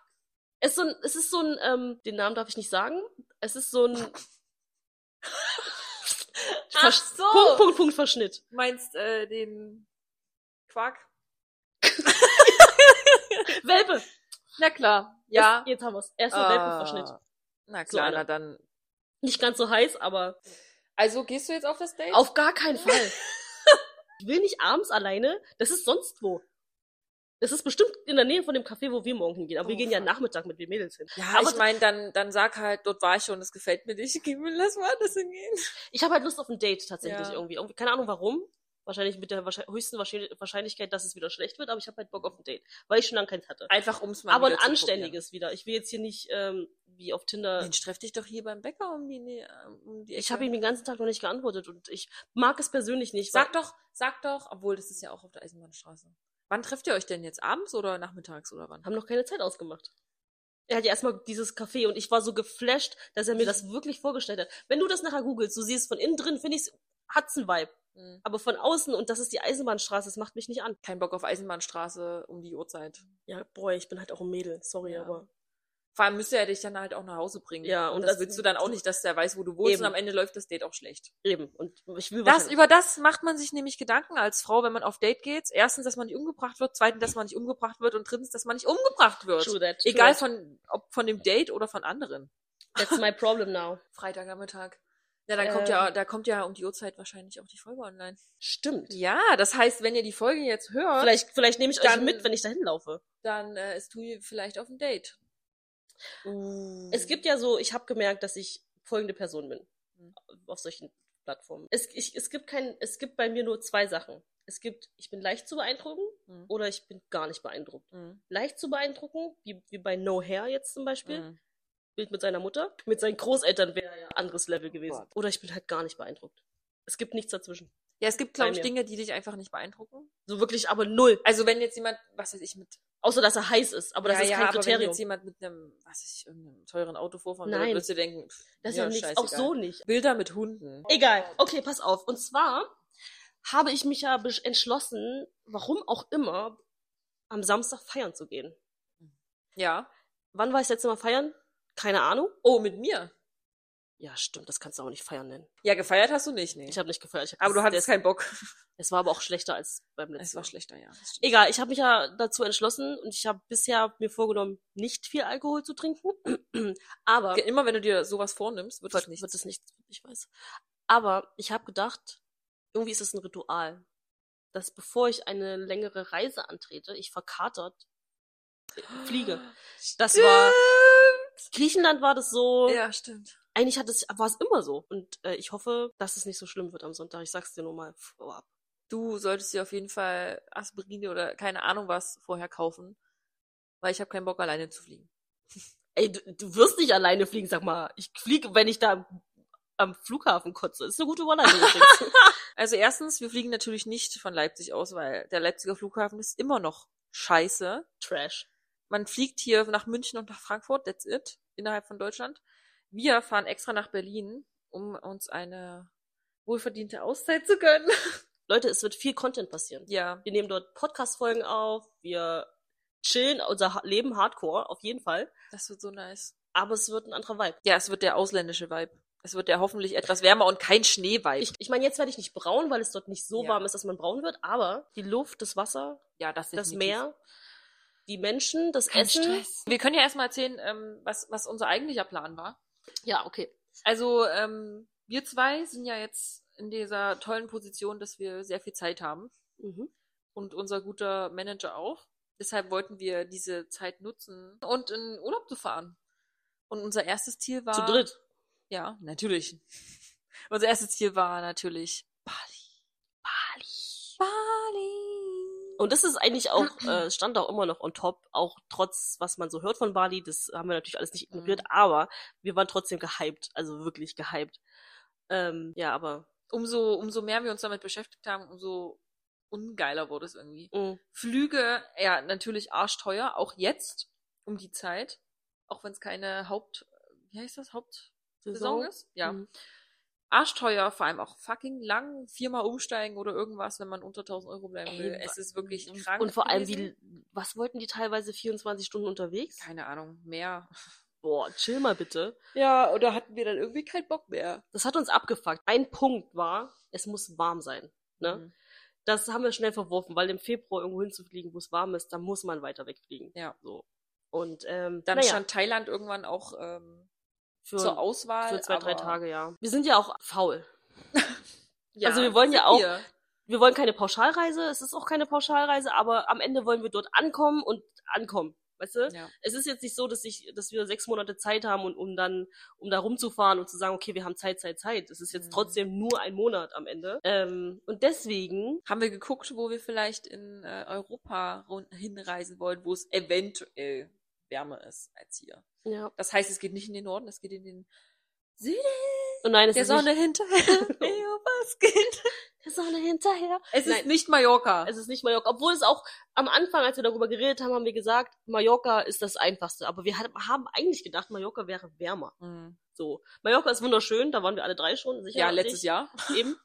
S2: Es ist so ein, es ist so ein, ähm, den Namen darf ich nicht sagen. Es ist so ein Ach
S1: so.
S2: Punkt, Punkt, Punkt Verschnitt.
S1: Du meinst äh, den Quark?
S2: Welpe.
S1: Na klar. Ja.
S2: Jetzt, jetzt haben wir's. Er ist ein Welpenverschnitt.
S1: Ah. Na
S2: So
S1: klar,
S2: einer.
S1: na dann.
S2: Nicht ganz so heiß, aber
S1: Also gehst du jetzt auf das Date?
S2: auf gar keinen Fall. ich will nicht abends alleine. Das ist sonst wo. Das ist bestimmt in der Nähe von dem Café, wo wir morgen hingehen. Aber wir
S1: Oh,
S2: gehen ja
S1: fuck.
S2: Nachmittag mit den Mädels hin.
S1: ja,
S2: aber-
S1: ich meine, dann, dann sag halt, dort war ich schon, das gefällt mir nicht. Geh mir, lass mal das hingehen.
S2: Ich habe halt Lust auf ein Date tatsächlich
S1: Ja.
S2: irgendwie. irgendwie. Keine Ahnung warum. Wahrscheinlich mit der wahrscheinlich- höchsten Wahrscheinlich- Wahrscheinlichkeit, dass es wieder schlecht wird, aber ich habe halt Bock auf ein Date, weil ich schon lange keins hatte.
S1: Einfach ums mal
S2: aber ein
S1: wieder zu
S2: anständiges wieder. Ich will jetzt hier nicht ähm, wie auf Tinder.
S1: probieren. Dann streff dich doch hier beim Bäcker um die, Nä- um die Ecke.
S2: ich habe ihm den ganzen Tag noch nicht geantwortet und ich mag es persönlich nicht. weil-
S1: Sag doch, sag doch, obwohl das ist ja auch auf der Eisenbahnstraße. Wann trefft ihr euch denn jetzt abends oder nachmittags oder wann?
S2: haben noch keine Zeit ausgemacht. er hat ja erstmal dieses Café und ich war so geflasht, dass er mir das wirklich vorgestellt hat. Wenn du das nachher googelst, du siehst von innen drin, finde ich, hat's ein Vibe.
S1: Mhm.
S2: Aber von außen, und das ist die Eisenbahnstraße, das macht mich nicht an.
S1: Kein Bock auf Eisenbahnstraße um die Uhrzeit.
S2: Ja, boah, ich bin halt auch ein Mädel, sorry,
S1: Ja.
S2: aber.
S1: Vor allem müsste er dich dann halt auch nach Hause bringen.
S2: Ja,
S1: und,
S2: und
S1: das,
S2: das-
S1: willst du dann auch nicht, dass der weiß, wo du wohnst
S2: Eben.
S1: und am Ende läuft das Date auch schlecht.
S2: Eben, und ich will
S1: Das,
S2: wahrscheinlich-
S1: über das macht man sich nämlich Gedanken als Frau, wenn man auf Date geht. Erstens, dass man nicht umgebracht wird, zweitens, dass man nicht umgebracht wird und drittens, dass man nicht umgebracht wird.
S2: True that, true
S1: Egal
S2: that.
S1: von, ob von dem Date oder von anderen.
S2: That's my problem now.
S1: Freitagnachmittag. Ja, dann kommt ja, da kommt ja um die Uhrzeit wahrscheinlich auch die Folge online.
S2: Stimmt.
S1: Ja, das heißt, wenn ihr die Folge jetzt hört,
S2: Vielleicht, vielleicht nehme ich euch
S1: Dann-
S2: mit, wenn ich da hinlaufe.
S1: dann äh, ist Tui vielleicht auf dem Date. Uh.
S2: Es gibt ja so, ich habe gemerkt, dass ich folgende Person bin
S1: Mhm.
S2: auf solchen Plattformen. Es, ich, es gibt kein, es gibt bei mir nur zwei Sachen. Es gibt, ich bin leicht zu beeindrucken
S1: Mhm.
S2: oder ich bin gar nicht beeindruckt.
S1: Mhm.
S2: Leicht zu beeindrucken, wie, wie bei No Hair jetzt zum Beispiel,
S1: Mhm.
S2: Bild mit seiner Mutter. Mit seinen Großeltern wäre ja anderes Level gewesen.
S1: Oh Gott.
S2: Oder ich bin halt gar nicht beeindruckt. Es gibt nichts dazwischen.
S1: Ja, es gibt,
S2: Bei
S1: glaube ich,
S2: mir.
S1: Dinge, die dich einfach nicht beeindrucken.
S2: So wirklich, aber null.
S1: Also wenn jetzt jemand, was weiß ich, mit
S2: Außer dass er heiß ist, aber das ist kein
S1: Aber wenn um-
S2: Kriterium.
S1: jetzt jemand mit einem, was weiß ich, irgendeinem teuren Auto vorfahren
S2: Nein.
S1: würde, würdest du denken, pff,
S2: Das ist ja, nichts. Auch so nicht.
S1: Bilder mit Hunden.
S2: Egal. Okay, pass auf. Und zwar habe ich mich ja besch- entschlossen, warum auch immer, am Samstag feiern zu gehen.
S1: Ja.
S2: Wann war ich das letzte Mal feiern? Keine Ahnung.
S1: Oh, mit mir.
S2: Ja, stimmt, das kannst du auch nicht feiern nennen.
S1: Ja, gefeiert hast du nicht, nee.
S2: Ich habe nicht gefeiert. Ich hab
S1: aber du
S2: das-
S1: hattest
S2: das-
S1: keinen Bock.
S2: Es war aber auch schlechter als beim letzten
S1: Es war
S2: Mal.
S1: schlechter, ja. das stimmt.
S2: Egal, ich habe mich ja dazu entschlossen und ich habe bisher mir vorgenommen, nicht viel Alkohol zu trinken. aber
S1: Ge- Immer wenn du dir sowas vornimmst, wird das
S2: wird,
S1: nicht.
S2: wird es nicht, ich weiß. Aber ich habe gedacht, irgendwie ist es ein Ritual, dass bevor ich eine längere Reise antrete, ich verkatert fliege. Das war Griechenland war das so.
S1: Ja, stimmt.
S2: Eigentlich hat es war es immer so und äh, ich hoffe, dass es nicht so schlimm wird am Sonntag. Ich sag's dir nur mal vorab.
S1: Du solltest dir auf jeden Fall Aspirine oder keine Ahnung was vorher kaufen, weil ich habe keinen Bock alleine zu fliegen.
S2: Ey, du, du wirst nicht alleine fliegen, sag mal. Ich fliege, wenn ich da am, am Flughafen kotze. Ist eine gute Überleitung übrigens.
S1: Also erstens, wir fliegen natürlich nicht von Leipzig aus, weil der Leipziger Flughafen ist immer noch scheiße.
S2: Trash.
S1: man fliegt hier nach München und nach Frankfurt, that's it, innerhalb von Deutschland. Wir fahren extra nach Berlin, um uns eine wohlverdiente Auszeit zu gönnen.
S2: Leute, es wird viel Content passieren.
S1: Ja,
S2: Wir nehmen dort Podcast-Folgen auf, wir chillen unser Ha- Leben hardcore, auf jeden Fall.
S1: das wird so nice.
S2: Aber es wird ein anderer Vibe.
S1: Ja, es wird der ausländische Vibe. Es wird der hoffentlich etwas wärmer und kein Schneevibe.
S2: Ich, ich meine, jetzt werde ich nicht braun, weil es dort nicht so
S1: Ja.
S2: warm ist, dass man braun wird, aber die Luft, das Wasser,
S1: ja, das,
S2: das
S1: definitiv.
S2: Meer, die Menschen, das
S1: Kein
S2: Essen.
S1: Stress. Wir können ja erstmal erzählen, ähm, was, was unser eigentlicher Plan war.
S2: Ja, okay.
S1: Also, ähm, wir zwei sind ja jetzt in dieser tollen Position, dass wir sehr viel Zeit haben.
S2: Mhm.
S1: und unser guter Manager auch. Deshalb wollten wir diese Zeit nutzen und in Urlaub zu fahren. Und unser erstes Ziel war.
S2: Zu dritt.
S1: Ja, natürlich. Unser erstes Ziel war natürlich Bali.
S2: Bali.
S1: Bali.
S2: Und das ist eigentlich auch, äh, stand auch immer noch on top, auch trotz, was man so hört von Bali, das haben wir natürlich alles nicht ignoriert,
S1: Mhm.
S2: aber wir waren trotzdem gehypt, also wirklich gehypt. Ähm, ja, aber
S1: Umso, umso mehr wir uns damit beschäftigt haben, umso ungeiler wurde es irgendwie.
S2: mh,
S1: Flüge, ja, natürlich arschteuer, auch jetzt, um die Zeit. Auch wenn es keine Haupt, wie heißt das, Hauptsaison ist? Ja.
S2: Mhm.
S1: arschteuer, vor allem auch fucking lang, viermal umsteigen oder irgendwas, wenn man unter 1000 Euro bleiben
S2: Ey,
S1: will.
S2: wa-
S1: es ist wirklich krank.
S2: Und vor allem,
S1: gewesen.
S2: wie, was wollten die teilweise 24 Stunden unterwegs?
S1: Keine Ahnung, mehr.
S2: Boah, chill mal bitte.
S1: Ja, oder hatten wir dann irgendwie keinen Bock mehr.
S2: Das hat uns abgefuckt. Ein Punkt war, es muss warm sein. Ne?
S1: Mhm.
S2: Das haben wir schnell verworfen, weil im Februar irgendwo hinzufliegen, wo es warm ist, da muss man weiter wegfliegen.
S1: Ja.
S2: So. Und ähm,
S1: Dann
S2: naja,
S1: stand Thailand irgendwann auch ähm,
S2: für,
S1: zur Auswahl.
S2: für zwei, drei
S1: aber-
S2: Tage, ja. Wir sind ja auch faul.
S1: Ja,
S2: Also wir wollen ja
S1: sind
S2: auch-
S1: wir.
S2: Wir wollen keine Pauschalreise, es ist auch keine Pauschalreise, aber am Ende wollen wir dort ankommen und ankommen. Weißt du?
S1: Ja.
S2: Es ist jetzt nicht so, dass ich, dass wir sechs Monate Zeit haben und um dann, um da rumzufahren und zu sagen, okay, wir haben Zeit, Zeit, Zeit. Es ist jetzt
S1: Mhm.
S2: trotzdem nur ein Monat am Ende. Ähm, und deswegen
S1: Haben wir geguckt, wo wir vielleicht in äh, Europa run- hinreisen wollen, wo es eventuell wärmer ist als hier.
S2: Ja,
S1: Das heißt, es geht nicht in den Norden, es geht in den Süden.
S2: Und nein, es
S1: Der
S2: ist nicht
S1: Sonne hinterher. Eo Basket.
S2: der Sonne hinterher.
S1: Es ist
S2: Nein.
S1: nicht Mallorca.
S2: Es ist nicht Mallorca. Obwohl es auch am Anfang, als wir darüber geredet haben, haben wir gesagt, Mallorca ist das Einfachste. Aber wir hat- haben eigentlich gedacht, Mallorca wäre wärmer.
S1: Mhm.
S2: So. Mallorca ist wunderschön, da waren wir alle drei schon, sicher.
S1: ja, letztes Jahr.
S2: Jahr. Eben.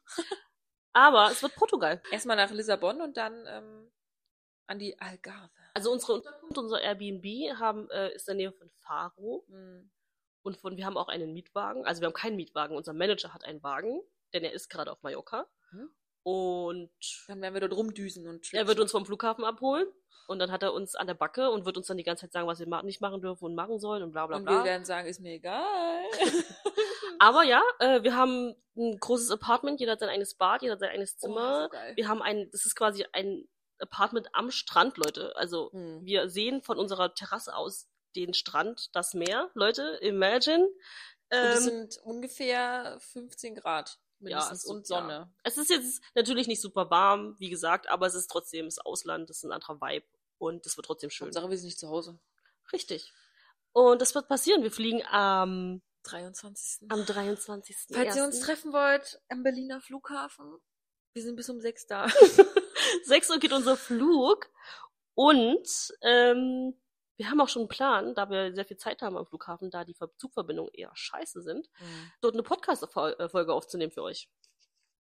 S2: Aber es wird Portugal.
S1: Erstmal nach Lissabon und dann ähm, an die Algarve.
S2: Also unsere Unterkunft, unser Airbnb haben, äh, ist in der Nähe von Faro.
S1: Mhm.
S2: Und von, wir haben auch einen Mietwagen. Also wir haben keinen Mietwagen. Unser Manager hat einen Wagen, denn er ist gerade auf Mallorca.
S1: Mhm.
S2: Und
S1: Dann werden wir dort rumdüsen und
S2: Er wird uns vom Flughafen abholen und dann hat er uns an der Backe und wird uns dann die ganze Zeit sagen, was wir ma nicht machen dürfen und machen sollen und bla bla
S1: Und wir
S2: bla.
S1: werden sagen, ist mir egal.
S2: Aber ja, äh, wir haben ein großes Apartment, jeder hat sein eigenes Bad, jeder hat sein eigenes
S1: Oh, so
S2: Zimmer.
S1: geil.
S2: wir haben ein, das ist quasi ein Apartment am Strand, Leute. Also
S1: Hm.
S2: wir sehen von unserer Terrasse aus den Strand, das Meer. Leute, imagine.
S1: Und es
S2: Ähm,
S1: sind ungefähr 15 Grad mindestens
S2: es ist
S1: und
S2: so- ja.
S1: Sonne.
S2: es ist jetzt natürlich nicht super warm, wie gesagt, aber es ist trotzdem das Ausland, es ist ein anderer Vibe und es wird trotzdem schön.
S1: Hauptsache, wir sind nicht zu Hause.
S2: Richtig. Und das wird passieren. Wir fliegen am,
S1: 23.
S2: am 23.
S1: Falls ihr uns treffen wollt, am Berliner Flughafen, wir sind bis um 6 da.
S2: 6 Uhr geht unser Flug. Und ähm, wir haben auch schon einen Plan, da wir sehr viel Zeit haben am Flughafen, da die Ver- Zugverbindungen eher scheiße sind,
S1: Hm.
S2: dort eine Podcast-Folge aufzunehmen für euch.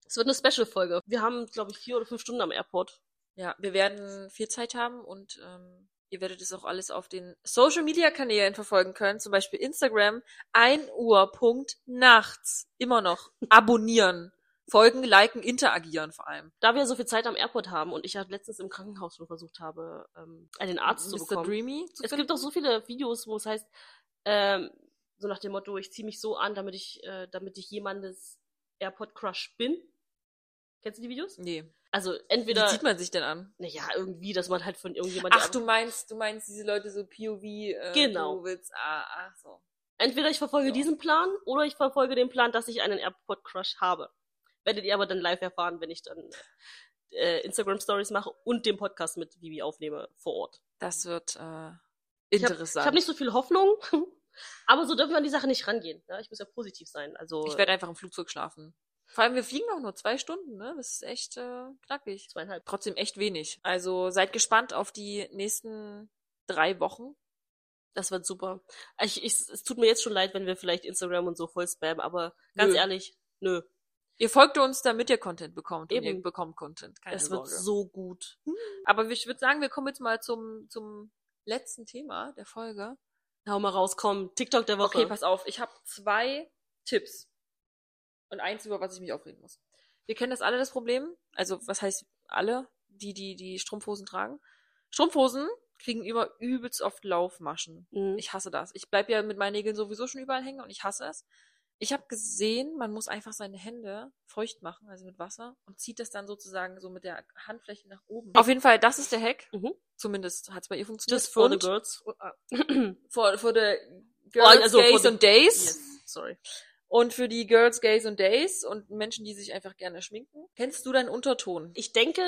S2: Es wird eine Special-Folge. Wir haben, glaube ich, vier oder fünf Stunden am Airport.
S1: Ja, wir werden viel Zeit haben und ähm, ihr werdet es auch alles auf den Social Media Kanälen verfolgen können, zum Beispiel Instagram, 1 Uhr Punkt nachts. Immer noch abonnieren, folgen, liken, interagieren vor allem.
S2: Da wir so viel Zeit am Airport haben und ich ja letztens im Krankenhaus schon versucht habe, ähm, einen Arzt zu
S1: Mr.
S2: bekommen.
S1: Um Dreamy. Mhm, zu
S2: Es
S1: finden.
S2: gibt auch so viele Videos, wo es heißt, ähm, so nach dem Motto, ich ziehe mich so an, damit ich, äh, damit ich jemandes AirPod-Crush bin. Kennst du die Videos?
S1: Nee.
S2: Also
S1: Wie
S2: entweder,
S1: zieht Mhm. man sich denn an?
S2: naja, irgendwie, dass man halt von irgendjemandem,
S1: Ach, du meinst, du meinst diese Leute so POV, äh,
S2: Genau.
S1: du willst, ah, ach so.
S2: entweder ich verfolge
S1: Ja.
S2: diesen Plan oder ich verfolge den Plan, dass ich einen AirPod-Crush habe. Werdet ihr aber dann live erfahren, wenn ich dann äh, Instagram-Stories mache und den Podcast mit Vivi aufnehme vor Ort.
S1: Das wird äh,
S2: Ich hab-
S1: interessant.
S2: Ich habe nicht so viel Hoffnung, aber so dürfen wir an die Sache nicht rangehen. Ja? Ich muss ja positiv sein. Also
S1: Ich werde einfach im Flugzeug schlafen. Vor allem, wir fliegen auch nur zwei Stunden, ne? Das ist echt äh, knackig.
S2: zweieinhalb.
S1: Trotzdem echt wenig. Also seid gespannt auf die nächsten drei Wochen.
S2: Das wird super. Ich, ich, es tut mir jetzt schon leid, wenn wir vielleicht Instagram und so voll spammen, aber ganz
S1: Nö.
S2: ehrlich, nö.
S1: Ihr folgt uns, damit ihr Content bekommt. Und
S2: Eben.
S1: ihr bekommt Content. Keine
S2: es wird
S1: Sorge.
S2: so gut.
S1: Aber ich würde sagen, wir kommen jetzt mal zum, zum letzten Thema der Folge.
S2: Hau mal raus, komm. TikTok der Woche.
S1: Okay, pass auf. Ich habe zwei Tipps. Und eins, über was ich mich aufregen muss. Wir kennen das alle, das Problem. Also, was heißt alle? Die, die, die Strumpfhosen tragen. Strumpfhosen kriegen immer übelst oft Laufmaschen.
S2: Mhm.
S1: Ich hasse das. Ich bleib ja mit meinen Nägeln sowieso schon überall hängen und ich hasse es. Ich habe gesehen, man muss einfach seine Hände feucht machen, also mit Wasser, und zieht das dann sozusagen so mit der Handfläche nach oben. Auf jeden Fall, das ist der Hack.
S2: Mhm.
S1: Zumindest hat's bei ihr funktioniert.
S2: Just for the
S1: und
S2: girls.
S1: For, for the
S2: Oh,
S1: Girls,
S2: also for
S1: Gays
S2: the-
S1: und Days.
S2: yes, sorry.
S1: Und für die Girls, Gays und Days und Menschen, die sich einfach gerne schminken. Kennst du deinen Unterton?
S2: Ich denke,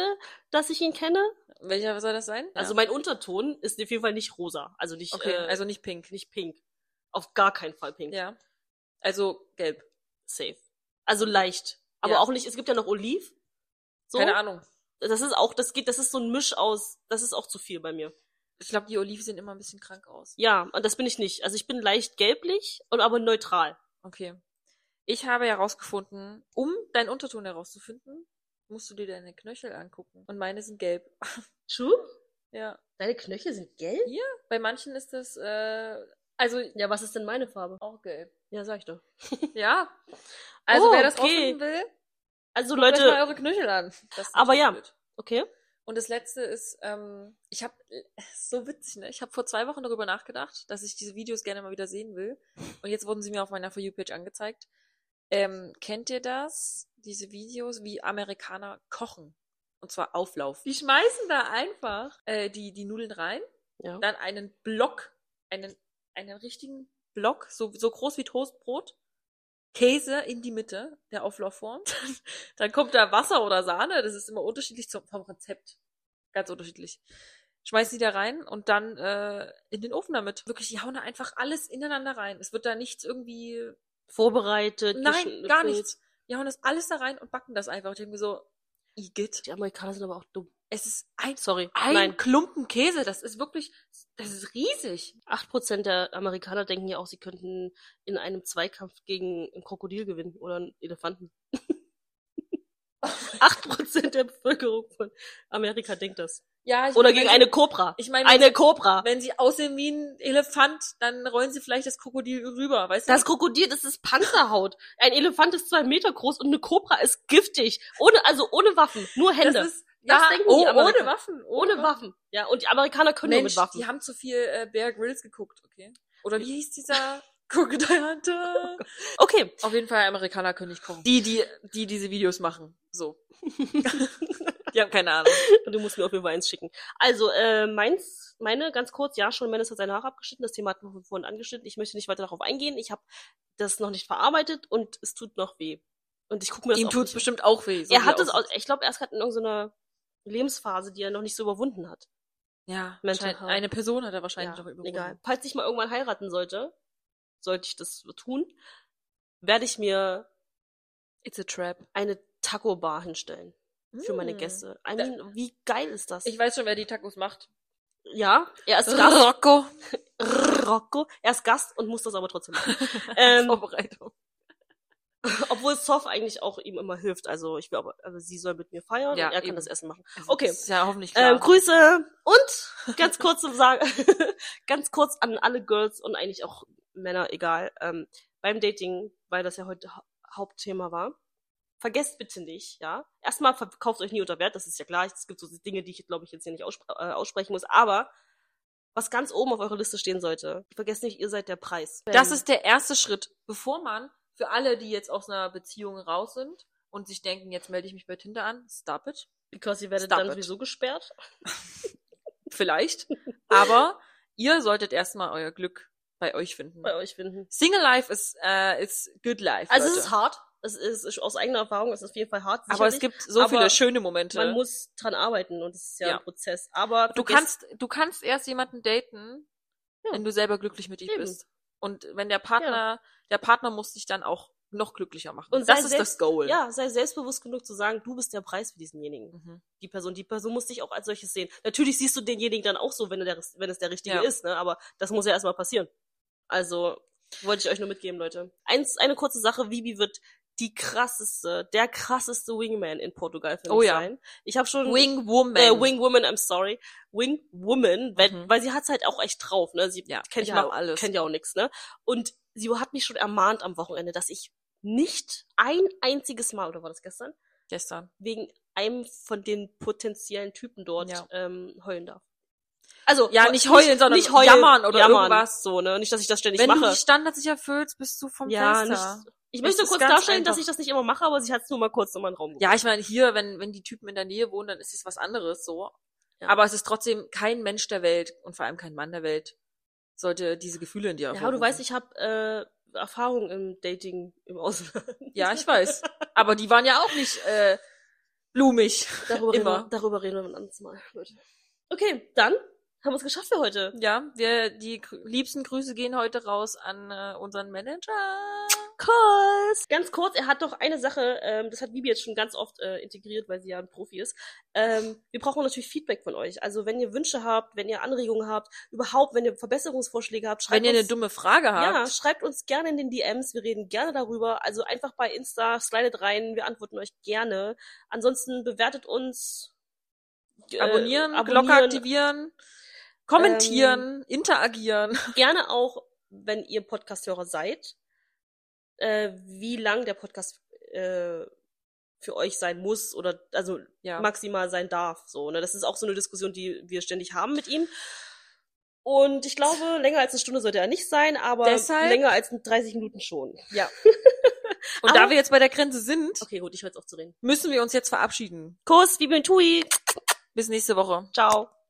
S2: dass ich ihn kenne.
S1: Welcher soll das sein?
S2: Also
S1: Ja.
S2: mein Unterton ist auf jeden Fall nicht rosa. Also nicht,
S1: Okay,
S2: äh,
S1: also nicht pink.
S2: nicht pink. Auf gar keinen Fall pink.
S1: Ja. Also gelb.
S2: Safe. Also leicht. Aber
S1: Ja.
S2: auch nicht, es gibt ja noch Oliv. So.
S1: Keine Ahnung.
S2: Das ist auch, das geht, das ist so ein Misch aus, das ist auch zu viel bei mir.
S1: Ich glaube, die Oliven sehen immer ein bisschen krank aus.
S2: Ja, und das bin ich nicht. Also ich bin leicht gelblich und aber neutral.
S1: Okay. Ich habe herausgefunden, um deinen Unterton herauszufinden, musst du dir deine Knöchel angucken. Und meine sind gelb.
S2: True?
S1: Ja.
S2: Deine Knöchel sind gelb?
S1: Bei manchen ist das, äh, also
S2: Ja, was ist denn meine Farbe?
S1: auch gelb.
S2: Ja, sag ich doch.
S1: Ja. Also
S2: Oh,
S1: wer das
S2: okay.
S1: rausfinden will,
S2: Also
S1: guckt euch mal
S2: Leute,
S1: eure Knöchel an. Das ist
S2: Aber
S1: natürlich
S2: ja.
S1: blöd.
S2: okay.
S1: Und das letzte ist, ähm, ich habe so witzig, ne? Ich habe vor zwei Wochen darüber nachgedacht, dass ich diese Videos gerne mal wieder sehen will. Und jetzt wurden sie mir auf meiner For You Page angezeigt. Ähm, kennt ihr das? Diese Videos, wie Amerikaner kochen. Und zwar Auflauf. Die schmeißen da einfach äh, die, die Nudeln rein,
S2: Ja.
S1: dann einen Block, einen, einen richtigen Block, so, so groß wie Toastbrot, Käse in die Mitte, der Auflaufform. Dann kommt da Wasser oder Sahne, das ist immer unterschiedlich zum, vom Rezept. Ganz unterschiedlich. Schmeißt die da rein und dann äh, in den Ofen damit. Wirklich, die hauen da einfach alles ineinander rein. Es wird da nichts irgendwie
S2: vorbereitet.
S1: Nein,
S2: geschnitten,
S1: gar nichts. Die hauen das alles da rein und backen das einfach. Und ich denke mir so, Igitt.
S2: Die Amerikaner sind aber auch dumm.
S1: Es ist ein,
S2: Sorry.
S1: ein
S2: Nein.
S1: Klumpen Käse. Das ist wirklich, das ist riesig.
S2: 8% der Amerikaner denken ja auch, sie könnten in einem Zweikampf gegen ein Krokodil gewinnen oder einen Elefanten. 8% der Bevölkerung von Amerika denkt das.
S1: Ja, ich
S2: Oder
S1: meine,
S2: gegen
S1: wenn
S2: eine Kobra.
S1: Ich meine,
S2: Eine Kobra.
S1: sie, wenn sie aussehen wie ein Elefant, dann rollen sie vielleicht das Krokodil rüber, weißt
S2: Das
S1: du?
S2: Krokodil, das ist Panzerhaut. Ein Elefant ist zwei Meter groß und eine Kobra ist giftig. Ohne, also ohne Waffen. Nur Hände.
S1: Das ist, ja,
S2: denken die
S1: oh,
S2: Amerikaner.
S1: ohne Waffen.
S2: ohne Waffen. Ja, und die Amerikaner können
S1: Mensch,
S2: nur mit
S1: die
S2: Waffen.
S1: haben zu viel äh, Bear Grylls geguckt, okay? Oder wie hieß dieser Crocodile Hunter?
S2: Okay.
S1: Auf jeden Fall Amerikaner können nicht kochen. Die, die, die diese Videos machen. So. die haben keine Ahnung.
S2: Und du musst mir auf jeden Fall eins schicken. Also, äh, meins, meine, ganz kurz, ja, schon Mendes hat seine Haare abgeschnitten. Das Thema hatten wir vorhin angeschnitten. Ich möchte nicht weiter darauf eingehen. Ich habe das noch nicht verarbeitet und es tut noch weh. Und ich gucke mir das
S1: Ihm
S2: auch
S1: tut's
S2: nicht-
S1: bestimmt auch weh. so
S2: Er
S1: wie
S2: hat es,
S1: aussieht.
S2: auch, ich glaube, er ist gerade in irgendeiner Lebensphase, die er noch nicht so überwunden hat.
S1: Ja,
S2: Mental
S1: scheint-
S2: Health.
S1: eine Person hat er wahrscheinlich
S2: ja,
S1: noch überwunden.
S2: egal. Falls ich mal irgendwann heiraten sollte, sollte ich das tun, werde ich mir
S1: It's a trap.
S2: eine Taco-Bar hinstellen für meine
S1: Mm.
S2: Gäste. I mean, wie geil ist das?
S1: Ich weiß schon, wer die Tacos macht.
S2: ja, er ist Gast.
S1: Rocco.
S2: Rocco. Er ist Gast und muss das aber trotzdem machen. ähm,
S1: Vorbereitung.
S2: obwohl Sof eigentlich auch ihm immer hilft. Also ich will aber, also sie soll mit mir feiern
S1: Ja,
S2: und er
S1: eben.
S2: kann das Essen machen.
S1: Also,
S2: okay.
S1: das Ist ja hoffentlich klar.
S2: Ähm, Grüße und ganz kurz zum Sagen, ganz kurz an alle Girls und eigentlich auch Männer, egal, ähm, beim Dating, weil das ja heute hau- Hauptthema war. Vergesst bitte nicht, ja. Erstmal verkauft euch nie unter Wert, das ist ja klar. Es gibt so Dinge, die ich, glaube ich, jetzt hier nicht ausspr äh, aussprechen muss. Aber was ganz oben auf eurer Liste stehen sollte, vergesst nicht, ihr seid der Preis.
S1: Das
S2: Ähm,
S1: ist der erste Schritt, bevor man für alle, die jetzt aus einer Beziehung raus sind und sich denken, jetzt melde ich mich bei Tinder an, stop it.
S2: because ihr werdet
S1: Stop
S2: dann
S1: it.
S2: sowieso gesperrt.
S1: Vielleicht. Aber ihr solltet erstmal euer Glück bei euch finden.
S2: Bei euch finden.
S1: Single Life ist äh, ist good life.
S2: Also
S1: Leute.
S2: es ist hart. Es ist, ist aus eigener Erfahrung, es ist auf jeden Fall hart.
S1: aber es
S2: sicherlich.
S1: gibt so
S2: aber
S1: viele schöne Momente.
S2: man muss dran arbeiten und es ist ja,
S1: Ja.
S2: ein Prozess. Aber
S1: du
S2: vergiss-
S1: kannst du kannst erst jemanden daten,
S2: Ja.
S1: wenn du selber glücklich mit ihm
S2: Eben.
S1: bist. Und wenn der Partner der Partner muss dich dann auch noch glücklicher machen.
S2: Und
S1: das
S2: sei
S1: ist
S2: selbst-
S1: das Goal.
S2: ja sei selbstbewusst genug zu sagen, du bist der Preis für diesenjenigen.
S1: Mhm.
S2: Die Person, die Person muss dich auch als solches sehen. Natürlich siehst du denjenigen dann auch so, wenn, der, wenn es der richtige
S1: Ja.
S2: ist, ne? Aber das muss ja erstmal passieren. Also wollte ich euch nur mitgeben, Leute. Eins, eine kurze Sache: Vivi wird die krasseste, der krasseste Wingman in Portugal für mich
S1: Oh ja.
S2: sein. Ich habe schon
S1: Wing Woman.
S2: Äh, Wing Woman, I'm sorry. Wing Woman, weil,
S1: Mhm.
S2: weil sie hat's halt auch echt drauf, ne? Sie
S1: Ja,
S2: kennt,
S1: ich
S2: ja,
S1: mach alles.
S2: kennt ja auch nix, ne? Und sie hat mich schon ermahnt am Wochenende, dass ich nicht ein einziges Mal, oder war das gestern,
S1: Gestern.
S2: wegen einem von den potenziellen Typen dort
S1: Ja.
S2: ähm, heulen darf. Also,
S1: Ja,
S2: heu-
S1: nicht heulen, sondern jammern oder irgendwas.
S2: so, ne? Nicht, dass ich das ständig
S1: Wenn
S2: mache.
S1: du die Standards nicht erfüllst, bist du vom
S2: ja,
S1: Fenster.
S2: nicht, ich
S1: Es
S2: möchte
S1: ist
S2: kurz
S1: ganz
S2: darstellen, dass
S1: einfach.
S2: ich das nicht immer mache, aber sie hat's nur mal kurz nochmal in den Raum geworfen.
S1: Ja, ich meine, hier, wenn, wenn die Typen in der Nähe wohnen, dann ist es was anderes so.
S2: Ja.
S1: Aber es ist trotzdem kein Mensch der Welt und vor allem kein Mann der Welt sollte diese Gefühle in dir
S2: Ja, aber du
S1: hervorrufen.
S2: weißt, ich habe äh, Erfahrung im Dating im Ausland.
S1: Ja, ich weiß. Aber die waren ja auch nicht äh, blumig.
S2: Darüber,
S1: Immer.
S2: Reden wir, darüber reden wir ein anderes Mal, Leute. Okay, dann haben wir es geschafft für heute.
S1: Ja, wir die grü- liebsten Grüße gehen heute raus an äh, unseren Manager.
S2: Kurs. Ganz kurz, er hat noch eine Sache, ähm, das hat Bibi jetzt schon ganz oft äh, integriert, weil sie ja ein Profi ist. Ähm, wir brauchen natürlich Feedback von euch. Also wenn ihr Wünsche habt, wenn ihr Anregungen habt, überhaupt, wenn ihr Verbesserungsvorschläge habt, schreibt
S1: Wenn ihr eine
S2: uns,
S1: dumme Frage
S2: ja,
S1: habt,
S2: schreibt uns gerne in den DMs, wir reden gerne darüber. Also einfach bei Insta, slidet rein, wir antworten euch gerne. Ansonsten bewertet uns. äh,
S1: abonnieren, Ähm.
S2: abonnieren.
S1: Glocke aktivieren, kommentieren, interagieren.
S2: gerne auch, wenn ihr Podcasthörer seid, äh, wie lang der Podcast äh, für euch sein muss oder also
S1: Ja.
S2: maximal sein darf. So, ne? Das ist auch so eine Diskussion, die wir ständig haben mit ihm. Und ich glaube, länger als eine Stunde sollte er nicht sein, aber
S1: Deshalb-
S2: länger als 30 Minuten schon.
S1: Ja. Und
S2: Aber-
S1: da wir jetzt bei der Grenze sind,
S2: Okay, gut, ich höre jetzt auf zu reden.
S1: müssen wir uns jetzt verabschieden.
S2: Kuss, Bibel und Tui.
S1: Bis nächste Woche.
S2: Ciao.